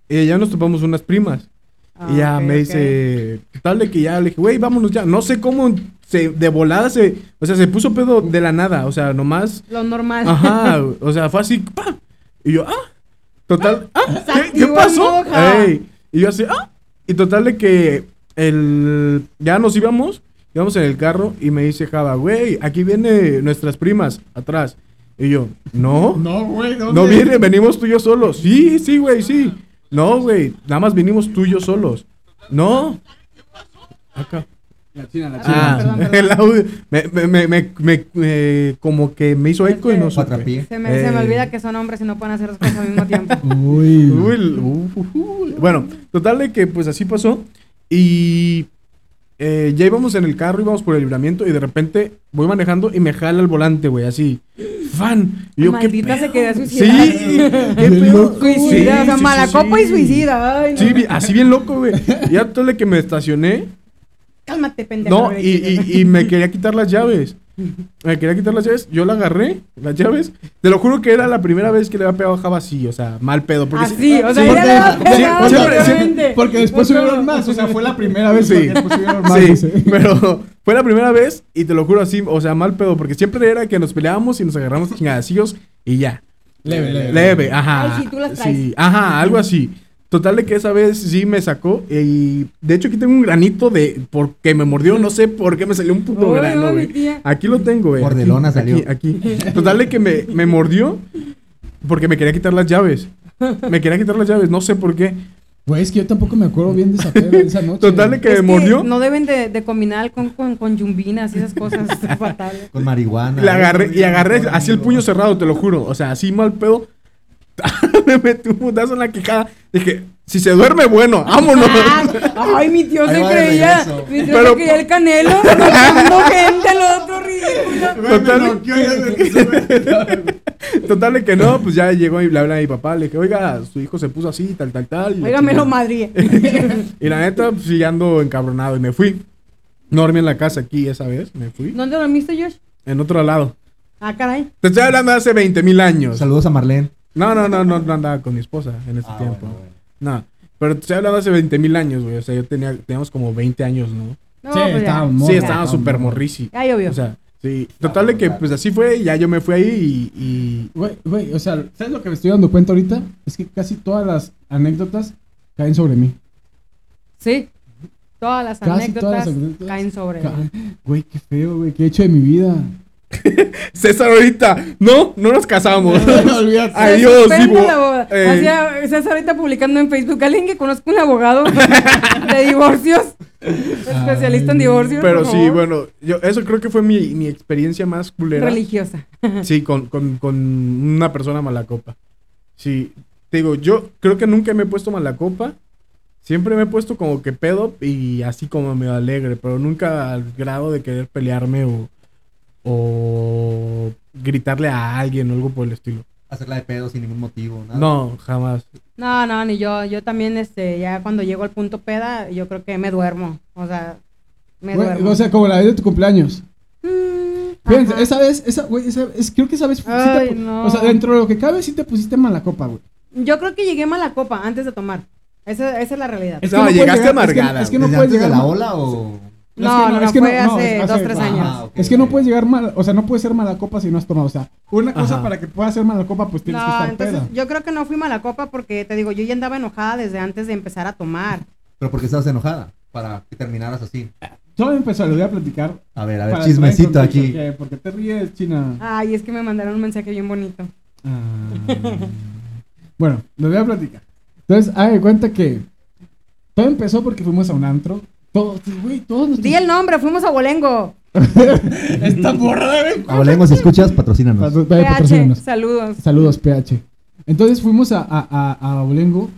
Y ya nos topamos unas primas.
Ah,
y ya
ok,
me
ok.
dice, tal de que ya le dije, güey, vámonos ya. No sé cómo se, de volada se, o sea, se puso pedo de la nada. O sea, nomás,
Lo normal.
ajá, o sea, fue así, pa. Y yo, ah, total, ah,
Se
¿qué, qué
activó
pasó?
el moja.
Ey, Y yo así, ah. Y total de que el, ya nos íbamos, íbamos en el carro y me dice Java, güey, aquí viene nuestras primas atrás. Y yo, no, no,
No, güey, ¿dónde?
viene, venimos tú y yo solos. Sí, sí, güey, sí. No, güey, nada más vinimos tú y yo solos. No. Acá.
La china, la china.
Ah,
perdón, perdón.
el audio. Me, me, me, me, me- me- como que me hizo eco y no supe.
Cuatrapie.
Se me, se me
Eh.
olvida que son hombres y no pueden hacer dos cosas al mismo tiempo.
Uy.
Uy, el- uh, uh, uh. Bueno, total de que pues así pasó. Y eh, ya íbamos en el carro, íbamos por el libramiento y de repente voy manejando y me jala el volante, güey, así. ¡Fan! Y yo, ¿qué
Maldita se quedó
pedo? Sí,
suicidada.
qué
Bien
pedo.
loco, güey.
Sí,
Suicida, o sea,
sí,
mala
sí,
copa y
sí.
suicida. Ay, no.
Sí, bi- así bien loco, güey. Ya total de que me estacioné
Cálmate, pendejo.
No,
güey.
y, y- y me quería quitar las llaves. Me quería quitar las llaves. Yo la agarré, las llaves. Te lo juro que era la primera vez que le había pegado a Java así, o sea, mal pedo. Porque sí-
Así, Ah, o sea,
sí,
ella le va a
porque- sí,
pegar,
siempre-
obviamente.
Porque después
Por
subieron
todo.
más, o sea, fue la primera vez
Sí.
que después subieron más.
sí,
dice.
pero fue la primera vez y te lo juro así, o sea, mal pedo. Porque siempre era que nos peleábamos y nos agarramos a chingadacillos y ya.
Leve,
Eh,
leve.
Leve, ajá.
Ay, sí, tú las traes.
Sí, ajá, algo así. Total de que esa vez sí me sacó y de hecho aquí tengo un granito de porque me mordió, no sé por qué me salió un puto
Uy,
grano,
no, mi
güey.
tía.
Aquí lo tengo, güey.
Por de
aquí,
lona salió.
Aquí, aquí. Total de que me, me mordió porque me quería quitar las llaves. Me quería quitar las llaves, no sé por qué.
Güey, es que yo tampoco me acuerdo bien de esa, peda, de esa noche.
Total de que
Es
me mordió.
No deben de, de combinar alcohol con, con, yumbinas y esas cosas fatales.
Con marihuana.
Le agarré, y agarré así el puño cerrado, te lo juro. O sea, así mal pedo. me metí un putazo en la quijada. Dije, si se duerme, bueno, vámonos.
Ah, Ay, mi tío
Ahí
se
va de
creía.
regreso.
Mi tío
Pero-
se creía el canelo. Tocando gente al otro ridículo.
Total, total de que no, pues ya llegó y le hablé a mi papá, le dije, oiga, su hijo se puso así, tal, tal, tal. y la
Oiga, me lo
chingada.
madría.
Y la neta, pues sí ando encabronado y me fui. No dormí en la casa aquí esa vez, me fui.
¿Dónde dormiste, Josh?
En otro lado.
Ah, caray.
Te estoy hablando de hace 20 mil años.
Saludos a Marlene.
No, no, no, no, no andaba con mi esposa en ese
Ah,
tiempo.
bueno, bueno.
No, pero te estoy hablando de hace 20 mil años, güey. O sea, yo tenía, teníamos como 20 años, ¿no?
No,
Sí,
pues ya.
estábamos. Morro,
sí, estaba
no,
súper
morro.
morrici.
Ya llovió.
O sea, sí. Total de que, pues así fue, ya yo me fui ahí y- y
Güey, güey, o sea, ¿sabes lo que me estoy dando cuenta ahorita? Es que casi todas las anécdotas caen sobre mí.
sí. Todas las
Casi
anécdotas
todas las anécdotas
caen sobre.
Ca-
mí.
Güey, qué feo, güey, qué he hecho de mi vida.
César ahorita, no, no nos casamos.
Olvídate.
Ay,
Se
Dios,
suspende
divo-
la boda.
eh.
Hacía- César ahorita publicando en Facebook. Alguien que conozca un abogado de divorcios. Especialista en
Ay,
divorcios.
Pero
por
sí,
favor.
bueno, yo eso creo que fue mi, mi experiencia más culera.
Religiosa.
Sí, con, con, con una persona malacopa. Sí, te digo, yo creo que nunca me he puesto malacopa. Siempre me he puesto como que pedo y así como medio alegre, pero nunca al grado de querer pelearme o, o gritarle a alguien o algo por el estilo.
Hacerla de pedo sin ningún motivo.
Ah.
nada.
No, jamás.
No, no, ni yo. Yo también, este, ya cuando llego al punto peda, yo creo que me duermo. O sea, me
Güey,
duermo.
o sea, como la vez de tu cumpleaños.
Mm,
Fíjense,
ajá.
esa vez, esa, güey, esa, es, creo que esa vez. sí te
Ay,
pu-
no.
O sea, dentro de lo que cabe, sí te pusiste mala copa, güey.
Yo creo que llegué mala copa antes de tomar. Esa, esa es la realidad.
No,
puedes
llegaste
llegar-
amargada,
Es que, es que no
¿Desde
puedes
antes
llegar
de la
mal-
ola o...?
No, no, no, fue hace
es
dos, tres
ah,
años.
ok, Es que no puedes llegar mal, o sea, no puedes ser mala copa si no has tomado. O sea, una cosa
Ajá.
para que puedas ser mala copa, pues tienes que
No,
estar
entonces
peda.
yo creo que no fui mala copa porque te digo, yo ya andaba enojada desde antes de empezar a tomar.
Pero porque estabas enojada. Para que terminaras así.
Todo empezó, lo voy a platicar.
A ver,
para
a ver,
entrar en
chismecito
contexto,
aquí.
que- Porque te ríes, China.
Ay, es que me mandaron un mensaje bien bonito.
Ah. bueno, les voy a platicar. Entonces, haga de cuenta que todo empezó porque fuimos a un antro. Todos, güey, todos nos.
Di el nombre, fuimos a Bolengo.
Esta porra, güey.
Hablemos, escuchas, patrocínanos.
Patro-
PH,
patrocínanos.
saludos.
Saludos, PH. Entonces fuimos a, a, a- a Abolengo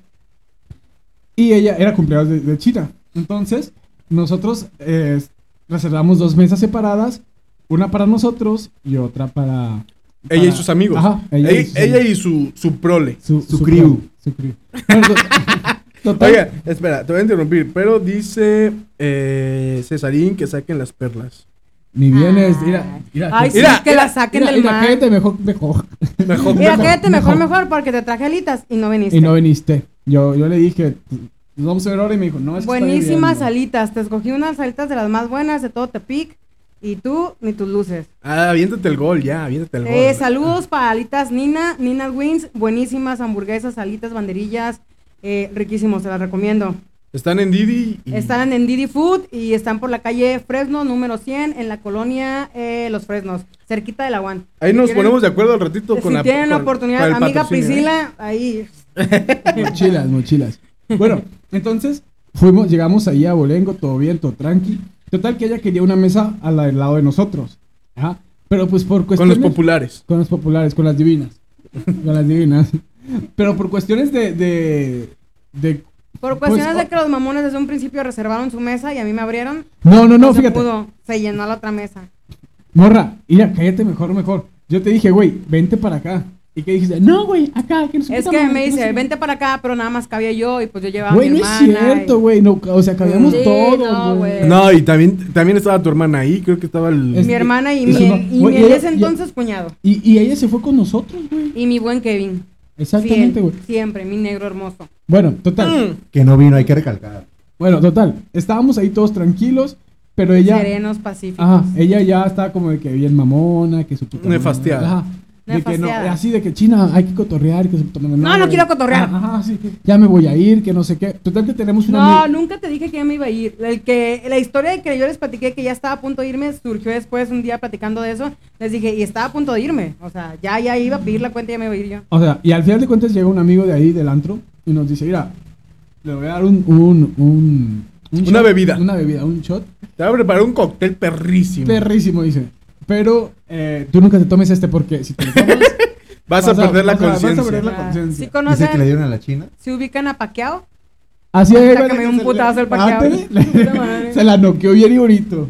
y ella era cumpleaños de, de China. Entonces, nosotros eh, reservamos dos mesas separadas, una para nosotros y otra para...
Ella
para-
y sus amigos.
Ajá, ella, y sus
ella
amigos.
y su, su prole.
su,
su crew.
Su crew. Bueno, to- total,
Oye, espera, te voy a interrumpir, pero dice eh, Cesarín que saquen las perlas.
ni vienes,
Ah.
mira, mira.
Ay, sí,
Mira,
que la saquen
mira,
del
mira,
mar.
cállate mejor, mejor.
Mejor,
Mira,
mejor.
quédate mejor,
mejor.
mejor, porque te traje alitas y no viniste.
Y no viniste. Yo, yo le dije, nos vamos a ver ahora y me dijo, no, es que estoy
Buenísimas
viendo".
alitas. Te escogí unas alitas de las más buenas de todo Tepic. Y tú, ni tus luces.
Ah, aviéntate el gol, ya, aviéntate el gol.
Eh, saludos para alitas Nina, Nina Wings. Buenísimas hamburguesas, alitas, banderillas. eh, riquísimos, se las recomiendo.
Están en Didi. y-
Están en Didi Food y están por la calle Fresno, número 100, en la colonia eh, Los Fresnos, cerquita de la UAN.
Ahí
Si
nos
quieren-
ponemos de acuerdo al ratito con
si
la.
tienen la
con- con
oportunidad,
el
amiga
patrocinio, ¿eh?
Priscila, ahí.
Mochilas, mochilas. Bueno, entonces fuimos, llegamos ahí a Bolengo, todo bien, todo tranqui. Entonces Total que ella quería una mesa al, al lado de nosotros. Ajá. Pero pues por
Con
cuestiones...
los populares.
Con las populares, con las divinas. Con las divinas. Pero por cuestiones de... de, de-
Por cuestiones
Pues,
de que los mamones desde un principio reservaron su mesa y a mí me abrieron.
No, no, no,
se
fíjate.
pudo, se llenó la otra mesa.
Morra, mira, cállate mejor, mejor. Yo te dije, güey, vente para acá. Y que dijiste, no, güey, acá. Que no se
Es
puta
que
madre,
me
no sé
dice,
qué".
vente para acá, pero nada más cabía yo y pues yo llevaba a
Güey,
mi
no es
hermana.
cierto,
y-
güey. No, o sea, cabíamos
Sí,
todos,
no,
güey.
güey.
No, y también, también estaba tu hermana ahí, creo que estaba el...
Es-
Eh. Mi hermana y,
y
mi,
su no-
y
güey,
mi en
ella-
ese
ella-
entonces cuñado.
Y, y ella se fue con nosotros, güey.
Y mi buen Kevin.
Exactamente,
Fiel,
güey.
Siempre, mi negro hermoso.
Bueno, total.
Mm.
Que no vino, hay que recalcar.
Bueno, total. Estábamos ahí todos tranquilos, pero ella.
Serenos, pacíficos.
Ajá, ella ya estaba como de que bien mamona, que su puta madre,
Nefasteada.
Ajá. De que no,
Nefasteada.
así de que China, hay que cotorrear, que su puta madre,
No, no
güey.
quiero cotorrear.
Ajá, sí. Ya me voy a ir, que no sé qué. Total que tenemos una
No,
amiga-
nunca te dije que ya me iba a ir. El que, la historia de que yo les platiqué que ya estaba a punto de irme surgió después un día platicando de eso. Les dije, y estaba a punto de irme. O sea, ya, ya iba a pedir la cuenta y ya me iba a ir yo.
O sea, y al final de cuentas llega un amigo de ahí del antro y nos dice, mira, le voy a dar un, un, un, un
Una bebida.
Una bebida, un shot.
Te va a preparar un cóctel perrísimo.
Perrísimo, dice. Pero eh, tú nunca te tomes este porque si te lo tomas,
vas, a perder la
vas a- vas a
conciencia.
perder la
Ah,
conciencia.
¿Sí
Dice que le
conocen?
dieron a la China.
¿Se ubican a Paqueao?
Así es.
Hasta que me dio un putazo el paqueado.
Ándale, le-
Puta madre.
Ah, se la noqueó bien y bonito.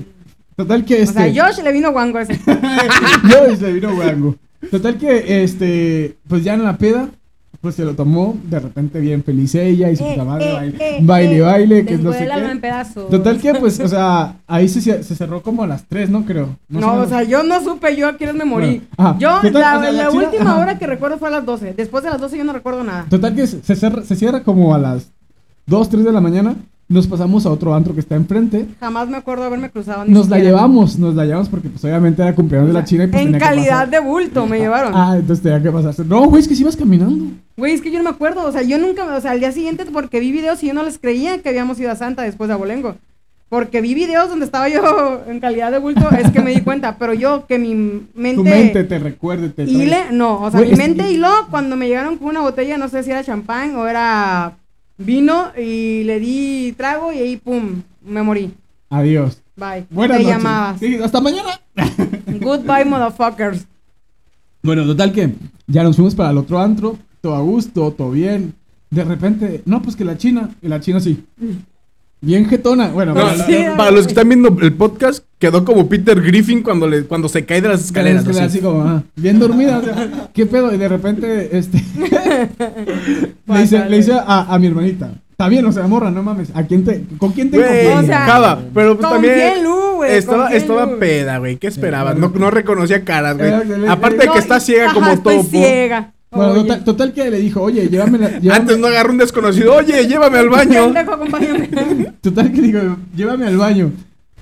Total que
O
este.
sea, Josh le vino guango a ese.
yo y se vino guango. Total que este, pues ya en la peda, pues se lo tomó, de repente bien feliz ella
Eh,
y su puta madre, baile, baile, baile, que no
Después
sé
eh, del alma en
qué.
pedazos.
Total que pues, o sea, ahí se, se cerró como a las 3, ¿no? Creo.
No,
sé,
o sea, yo no supe, yo a quieres me morí.
Bueno, ajá.
Yo,
Total,
la,
o sea,
la
la chida-
última
ajá.
hora que recuerdo fue a las 12. Después de las 12 yo no recuerdo nada.
Total que se, se cerra- se cierra como a las 2, 3 de la mañana, nos pasamos a otro antro que está enfrente.
Jamás me acuerdo haberme cruzado. ni
Nos la
siquiera.
llevamos, nos la llevamos porque pues obviamente era cumpleaños de la china y pues
en
tenía que
calidad
pasar.
de bulto me llevaron.
Ah, entonces tenía que pasarse. No, güey, es que si ibas caminando.
Güey, es que yo no me acuerdo. O sea, yo nunca, o sea, al día siguiente, porque vi videos y yo no les creía que habíamos ido a Santa después de Abolengo. Porque vi videos donde estaba yo en calidad de bulto, es que me di cuenta. Pero yo, que mi mente.
Tu mente te recuerde, te trae-
hile, no. O sea,
Güey,
mi
es-
mente hiló cuando me llegaron con una botella, no sé si era champán o era vino, y le di trago y ahí, pum, me morí.
Adiós.
Bye.
Buenas
Te
noches.
llamabas.
Sí, hasta mañana.
Goodbye, motherfuckers.
Bueno, total que ya nos fuimos para el otro antro, todo a gusto, todo bien. De repente, no, pues que la China, y la China sí. Bien jetona. Bueno,
No,
para-
Mm. Sí,
no,
no.
para los que están viendo el podcast, quedó como Peter Griffin cuando, le, cuando se cae de las escaleras.
Así.
así.
como, ah, bien dormida. o sea, ¿Qué pedo? Y de repente, este. le dice, le dice a, a mi hermanita. Está bien, o sea, morra, no mames. ¿A quién te, ¿Con quién te
Güey,
confías?
O sea,
Java, pero pues
¿con
también
quién, Lu, güey? ¿Con
estaba,
quién,
estaba
Lu?
peda, güey. ¿Qué esperabas? No,
Claro.
no reconocía caras, güey.
Claro, le-
Aparte de
le-
que está ciega
ajá,
como
estoy
todo.
ciega.
Bueno,
Oye.
total, total que le dijo, oye, llévame la. llévame-
Antes no agarró un desconocido. Oye, llévame al baño.
Pendejo, acompáñame.
Total que digo, llévame al baño.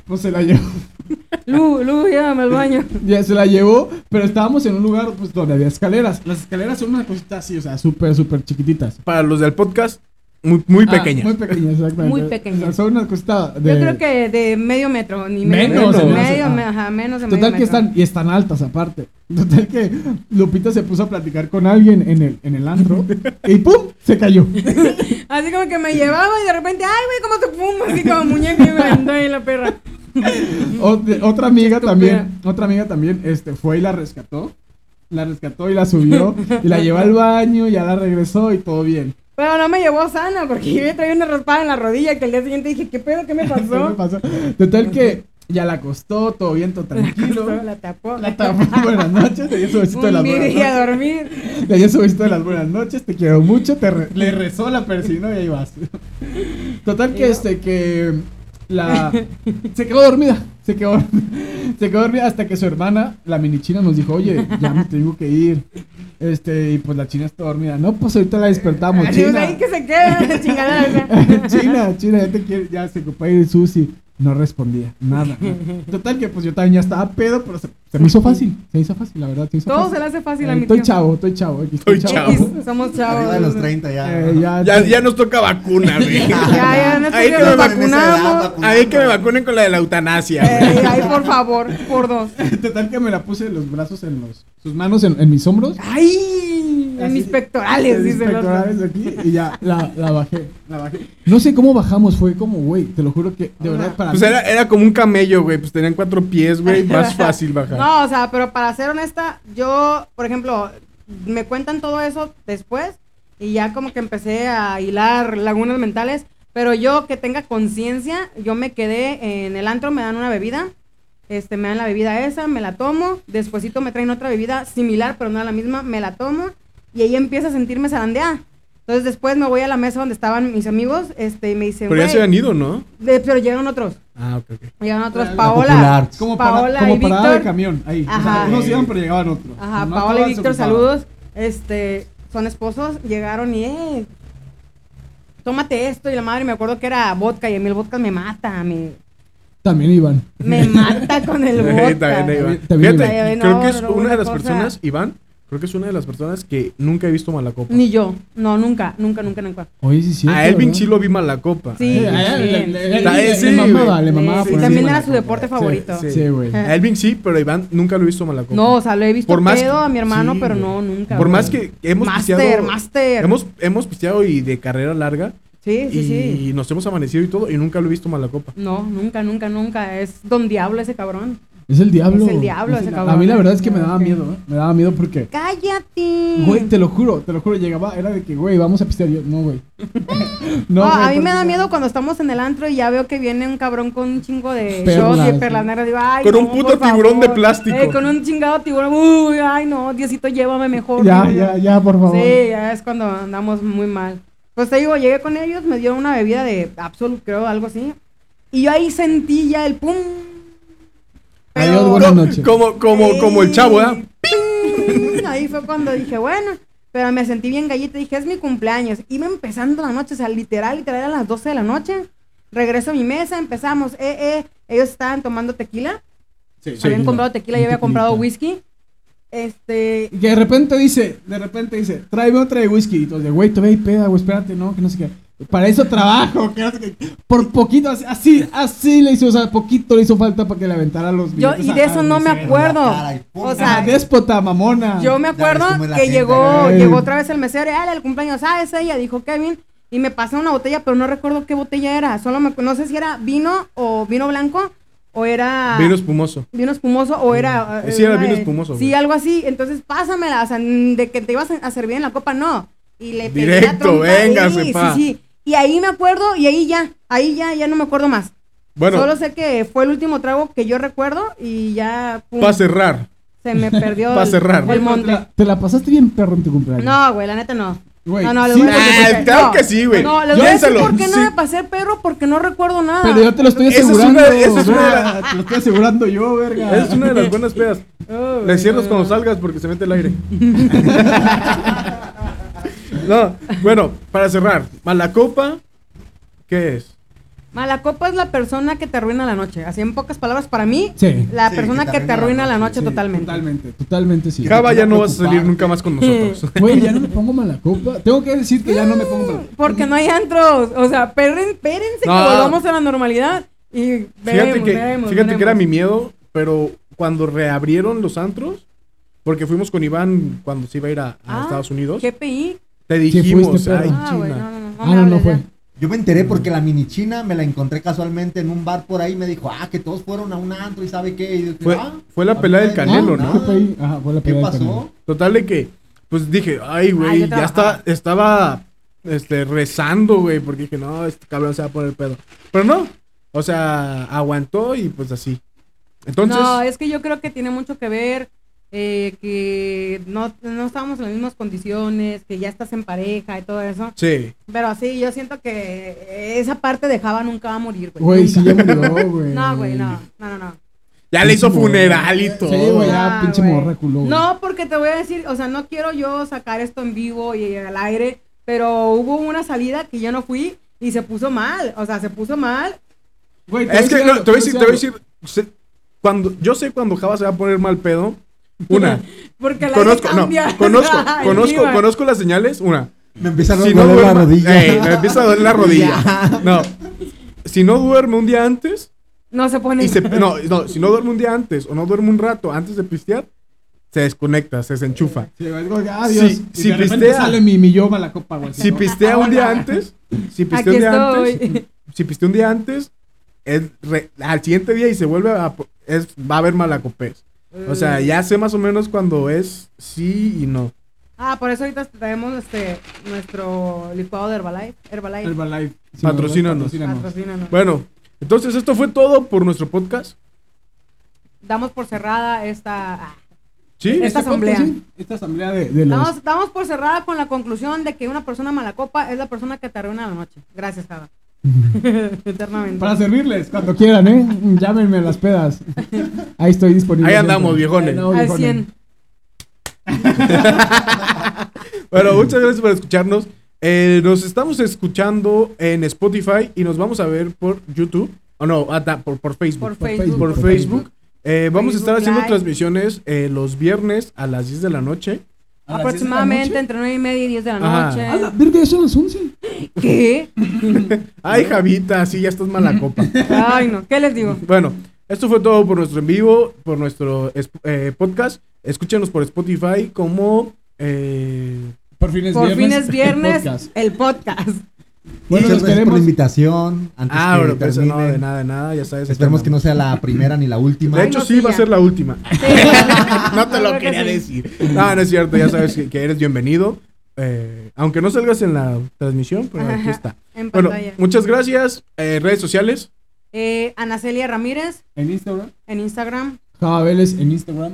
Pues se la llevó.
Lu, Lu, llévame al baño.
Ya se la llevó, pero estábamos en un lugar pues, donde había escaleras. Las escaleras son una cosita así, o sea, súper, súper chiquititas.
Para los del podcast, muy, muy
Ah,
pequeña.
muy pequeñas, exactamente.
Muy pequeñas.
O sea, son una cosita de...
Yo creo que de medio metro, ni medio
Menos,
metro.
se me
hace,
medio,
ah.
me- ajá, menos de medio
Total que
metro.
están, y están altas aparte. Total que Lupita se puso a platicar con alguien en el, en el antro y ¡pum! se cayó.
Así como que me llevaba y de repente, ay, güey, cómo te fumo, así como muñeca y me andó ahí la perra.
O- de- otra amiga
Estúpida.
también, otra amiga también, este, fue y la rescató. La rescató y la subió y la llevó al baño, ya la regresó y todo bien.
Pero no me llevó sana porque yo traía una raspada en la rodilla que el día siguiente dije, ¿qué pedo? ¿Qué me
¿Qué me
pasó?
pasó? Total que ya la acostó, todo bien, todo tranquilo.
La tapó.
La tapó, buenas noches, le dio su besito de las
Un
buenas
día a
noches.
dormir.
Le dio su besito de las buenas noches, te quiero mucho, te re- le rezó, la persino y ahí vas. Total que este, que la... Se quedó dormida, se quedó, se quedó dormida hasta que su hermana, la mini china, nos dijo, oye, ya me tengo que ir. Este, y pues la china está dormida. No, pues ahorita la despertamos,
Así, o
china.
sea, ahí que se quede, chingada. o sea.
China, China, ya te quiere, ya se ocupó ahí de sushi. No respondía, nada. Total que pues yo también ya estaba pedo, pero se, se me hizo fácil, se hizo fácil, la verdad, se hizo
Todo
fácil.
se le hace fácil a
Eh,
mi tío.
Estoy chavo, estoy chavo. aquí Estoy
Estoy
chavo.
chavo.
X, somos chavos.
Arriba de los 30 ya.
Eh, ya,
Ya, ya nos toca vacuna, güey.
Ya, ya, no estoy
Ahí
que
que
nos
me
vacunamos.
Ahí que me vacunen con la de la eutanasia, güey.
Ey, Eh, ay, por favor, por dos.
Total que me la puse los brazos en los, sus manos en, en mis hombros.
¡Ay! en
así,
mis pectorales,
en mis
dice el otro.
pectorales aquí, y ya, la, la bajé, la bajé. No sé cómo bajamos, fue como, güey, te lo juro que, de verdad, para
Pues
mí-
era, era como un camello, güey. Pues tenían cuatro pies, güey. Más fácil bajar.
No, o sea, pero para ser honesta, yo, por ejemplo, me cuentan todo eso después y ya como que empecé a hilar lagunas mentales, pero yo que tenga conciencia, yo me quedé en el antro, me dan una bebida, este, me dan la bebida esa, me la tomo, despuesito me traen otra bebida similar, pero no a la misma, me la tomo y ahí empieza a sentirme zarandeada. Entonces después me voy a la mesa donde estaban mis amigos, este, y me dicen,
Pero ya se
"Güey",
habían ido, ¿no?
de- pero llegan otros,
Ah, ok, ok.
llegan otros,
La
Paola,
popular.
como, para,
Paola
como
y
parada de
Víctor.
camión, ahí. O sea,
Ajá.
unos iban, pero llegaban otros.
Ajá,
No
Paola y
todas se
Víctor,
ocupaban.
saludos. Este, son esposos, llegaron y, eh, tómate esto. Y la madre, me acuerdo que era vodka y a mí el vodka me mata, me,
También iban.
me mata con el
También, también,
vodka.
Iván.
También,
Fíjate,
Iván.
creo
No,
que es
no,
una
una
de las
cosa-
personas, Iván, creo que es una de las personas que nunca he visto mala copa.
Ni yo, no, nunca, nunca, nunca, nunca.
Oye, sí, sí.
a Elvin sí lo vi mala copa.
Sí.
Eh, eh, le- le- le-
Está
le-
ese,
le mamaba,
güey.
le
Sí,
mamaba
sí,
por
también
encima.
era su deporte favorite.
sí.
Sí, güey.
A Elvin sí, pero a Iván nunca lo he visto mala copa.
No, o sea, lo he visto
Por más-
Este pedo a mi hermano,
sí,
pero
güey.
no, nunca.
Por
güey.
más que hemos
Master,
pisteado-
master.
Hemos, hemos pisteado y de carrera larga.
Sí, sí,
y
sí.
nos hemos amanecido y todo, y nunca lo he visto mala copa.
No, nunca, nunca, nunca. Es don diablo ese cabrón.
Es el diablo.
Es el diablo ese cabrón.
A mí la verdad es que me daba
Ok.
miedo, ¿eh? Me daba miedo porque...
¡Cállate!
Güey, te lo juro, te lo juro, llegaba, era de que, güey, vamos a pistear. Yo, no, güey.
No,
güey,
Ah,
pues,
a mí me
porque-
da miedo cuando estamos en el antro y ya veo que viene un cabrón con un chingo de
Perlas,
shots y de
sí.
perlas negras. Digo, ay,
Con
no,
un puto
por
tiburón de
favor.
plástico.
Eh, con un chingado tiburón. Uy, ay, no, Diosito, llévame mejor.
Ya,
¿no?
ya, ya, por favor.
Sí, ya es cuando andamos muy mal. Pues te digo, llegué con ellos, me dieron una bebida de Absolut, creo, algo así. Y yo ahí sentí ya el pum.
Adiós, buenas noches.
Como, como, como el chavo, ¿eh?
¡Ping! Ahí fue cuando dije, bueno, pero me sentí bien galleta. Dije, es mi cumpleaños. Iba empezando la noche, o sea, literal, literal, a las 12 de la noche. Regreso a mi mesa, empezamos. Eh, eh. Ellos estaban tomando tequila.
Sí,
habían
sí.
comprado tequila, yo había
Tequilita.
comprado whisky. Este.
Y que de repente dice, de repente dice, tráeme otra de whisky. Y todos de, güey, te ve y peda, güey, espérate, no, que no sé qué. Para eso trabajo, que no sé qué. Por poquito, así- así, así le hizo, o sea, poquito le hizo falta para que le aventara los
Yo,
billetes
y
a-
de
a-
eso no me
a-
acuerdo.
cara y pum.
O
Ah,
sea,
déspota, mamona.
Yo me
Ah. Ya ves
acuerdo
cómo es la
que
gente,
llegó,
güey.
llegó otra vez el mesero, ah, el cumpleaños, ah, es ella, dijo Kevin, y me pasó una botella, pero no recuerdo qué botella era, solo me, no sé si era vino o vino blanco, o era
Vino espumoso.
vino espumoso, o era... eh,
Sí, era
una
vino
de-
espumoso,
Sí,
güey.
algo así, entonces pásamela, o sea, n- de que te ibas a servir en la copa, no. Y le pegué la
Directo,
trompa,
véngase,
sí,
pa.
Sí, sí, y ahí me acuerdo, y ahí ya, ahí ya, ya no me acuerdo más.
Bueno,
Solo sé que fue el último trago que yo recuerdo y ya pum,
para cerrar.
se me perdió
pa'
el-
cerrar.
el
Güey, pero te
monte.
la- Te la pasaste bien, perro, en tu cumpleaños.
No, güey, la neta no.
Güey,
no, no, les
sí,
voy a decir
ah,
por qué.
claro
No,
que sí, güey.
No, les voy a decir
Piénsalo.
por qué no
Sí.
me pasé el perro porque no recuerdo nada.
Pero yo te lo estoy
Esa es una-
asegurando.
esa es una-
verga, Te lo estoy asegurando yo, verga.
Esa es una de las buenas pedas.
Ay,
Le cierras cuando salgas porque se mete el aire. no, bueno, para cerrar, Malacopa, ¿qué es?
Mala copa es la persona que te arruina la noche. Así en pocas palabras, para mí,
Sí.
la
Sí,
persona que te arruina la noche
Sí,
totalmente.
Totalmente, totalmente sí.
Java ya no vas a
preocupar.
salir nunca más con nosotros.
Güey, ya no me pongo mala copa. Tengo que decir que ya no me pongo mala copa.
Porque no hay antros. O sea, perren, espérense
No.
que volvamos a la normalidad. Y veremos,
Fíjate que,
veremos,
fíjate que era
veremos.
mi miedo, pero cuando reabrieron los antros, porque fuimos con Iván cuando se iba a ir a, a
Ah,
Estados Unidos,
GPI.
te
fuiste,
dijimos,
perro.
ay,
Ah, güey, no,
China.
no, no.
Ah, no, no fue.
Yo me enteré porque la mini china me la encontré casualmente en un bar por ahí. Me dijo, ah, que todos fueron a un antro y sabe qué. Y yo,
Fue-
"Ah,
fue la
a
pelea
mí
del
nadie
Ah,
me
Canelo,
dijo
¿no?
sí
nada.
fue ahí. Ajá, fue la
¿Qué
pelea del
pasó?
Canelo.
Total de que, pues dije, ay,
Ay,
güey,
yo
ya
trabajaba.
está, estaba este, rezando, güey, porque dije, no, este cabrón se va a poner pedo. Pero no, o sea, aguantó y pues así. Entonces,
no, es que yo creo que tiene mucho que ver eh, que no, no estábamos en las mismas condiciones, que ya estás en pareja y todo eso.
sí,
Pero sí, yo siento que eh, esa parte de Java nunca va a morir, güey.
Güey,
Pues Nunca.
sí ya murió, güey.
No, güey, no. No, no, no.
ya le hizo funeral y todo.
Sí, güey, ya
Ah,
pinche
güey.
morra culo. güey.
No, porque te voy a decir, o sea, no quiero yo sacar esto en vivo y al aire, pero hubo una salida que yo no fui y se puso mal. O sea, se puso mal.
Güey, te voy
Es
a
que,
decir
no,
algo,
te voy a decir, te voy a
algo.
decir, sé- cuando, yo sé cuando Java se va a poner mal pedo, una,
Porque la
conozco, no, conozco,
Ay,
conozco,
Diva.
conozco las señales, una,
Me empieza a
si no
doler la
duerme-
rodilla.
Ey, me empieza a doler la rodilla, no, si no duerme un día antes,
No se pone.
Y se- no, no, si no duerme un día antes o no duerme un rato antes de pistear, se desconecta, se desenchufa.
Sí, es como que, ah, Dios.
Si-
y
si
de repente
pistea-
sale mi, mi yo mala copa, güey.
Si
¿no?
pistea un día antes, si
Aquí
pistea un día antes,
estoy.
si pistea un día antes, es re- al siguiente día y se vuelve a, po- es, va a haber malacopés. O sea,
Mm.
ya sé más o menos cuando es sí y no.
Ah, por eso ahorita traemos este, nuestro licuado de Herbalife. Herbalife.
Herbalife. Sí,
Patrocínanos.
patrocínanos.
Patrocínanos.
Bueno, entonces esto fue todo por nuestro podcast.
Damos por cerrada esta... ah.
¿Sí?
Esta
¿Este podcast,
asamblea.
sí? Esta asamblea de, de los.
Damos, damos por cerrada con la conclusión de que una persona mala copa es la persona que te arruina la noche. Gracias, Java. Eternamente.
Para servirles cuando quieran, ¿eh? Llámenme a las pedas. Ahí estoy disponible.
Ahí andamos, viejones.
Ahí andamos,
Al
viejones.
100.
Bueno, muchas gracias por escucharnos. Eh, nos estamos escuchando en Spotify y nos vamos a ver por YouTube. O no, ah, ta- por, por Facebook.
Por
Por,
Facebook.
Facebook.
Facebook. Eh, vamos a estar
Facebook
haciendo
Live.
transmisiones eh, los viernes a las 10 de la noche.
¿A las diez de la
Aproximadamente
noche? Ah.
entre 9 y media y 10 de la
Ajá.
noche.
A la verga, ya son las 11.
¿Qué?
Ay, Javita, sí, ya estás mala copa.
Ay, no. ¿Qué les
Pues
digo?
Bueno, esto fue todo por nuestro en vivo, por nuestro es- eh, podcast. Escúchenos por Spotify como... eh,
Por fines
Por
viernes.
fin es viernes
podcast.
el podcast.
Bueno, los
Muchas gracias por
queremos.
la invitación. Antes
ah,
que
bro, pues, no,
termine,
de nada, de nada, ya sabes.
Esperemos que no sea la primera ni la última.
De
Ay,
hecho,
no,
sí,
sí,
va a
ya.
ser la última. no te
Yo
lo
creo que
quería
sí.
decir. Ah, No, no es cierto, ya sabes que, que eres bienvenido. Eh, aunque no salgas en la transmisión, pero aquí
Ajá,
está.
En
Bueno,
pantalla.
muchas gracias. Eh, redes sociales.
Eh, Ana Celia Ramírez
En Instagram.
en Instagram.
Java Vélez en Instagram.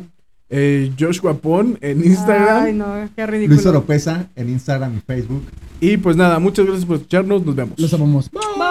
eh, Joshua Pon en Instagram.
Ay, no, qué ridículo.
Luis Oropesa en Instagram y Facebook.
Y pues nada, muchas gracias por escucharnos. Nos vemos.
Los amamos.
Bye.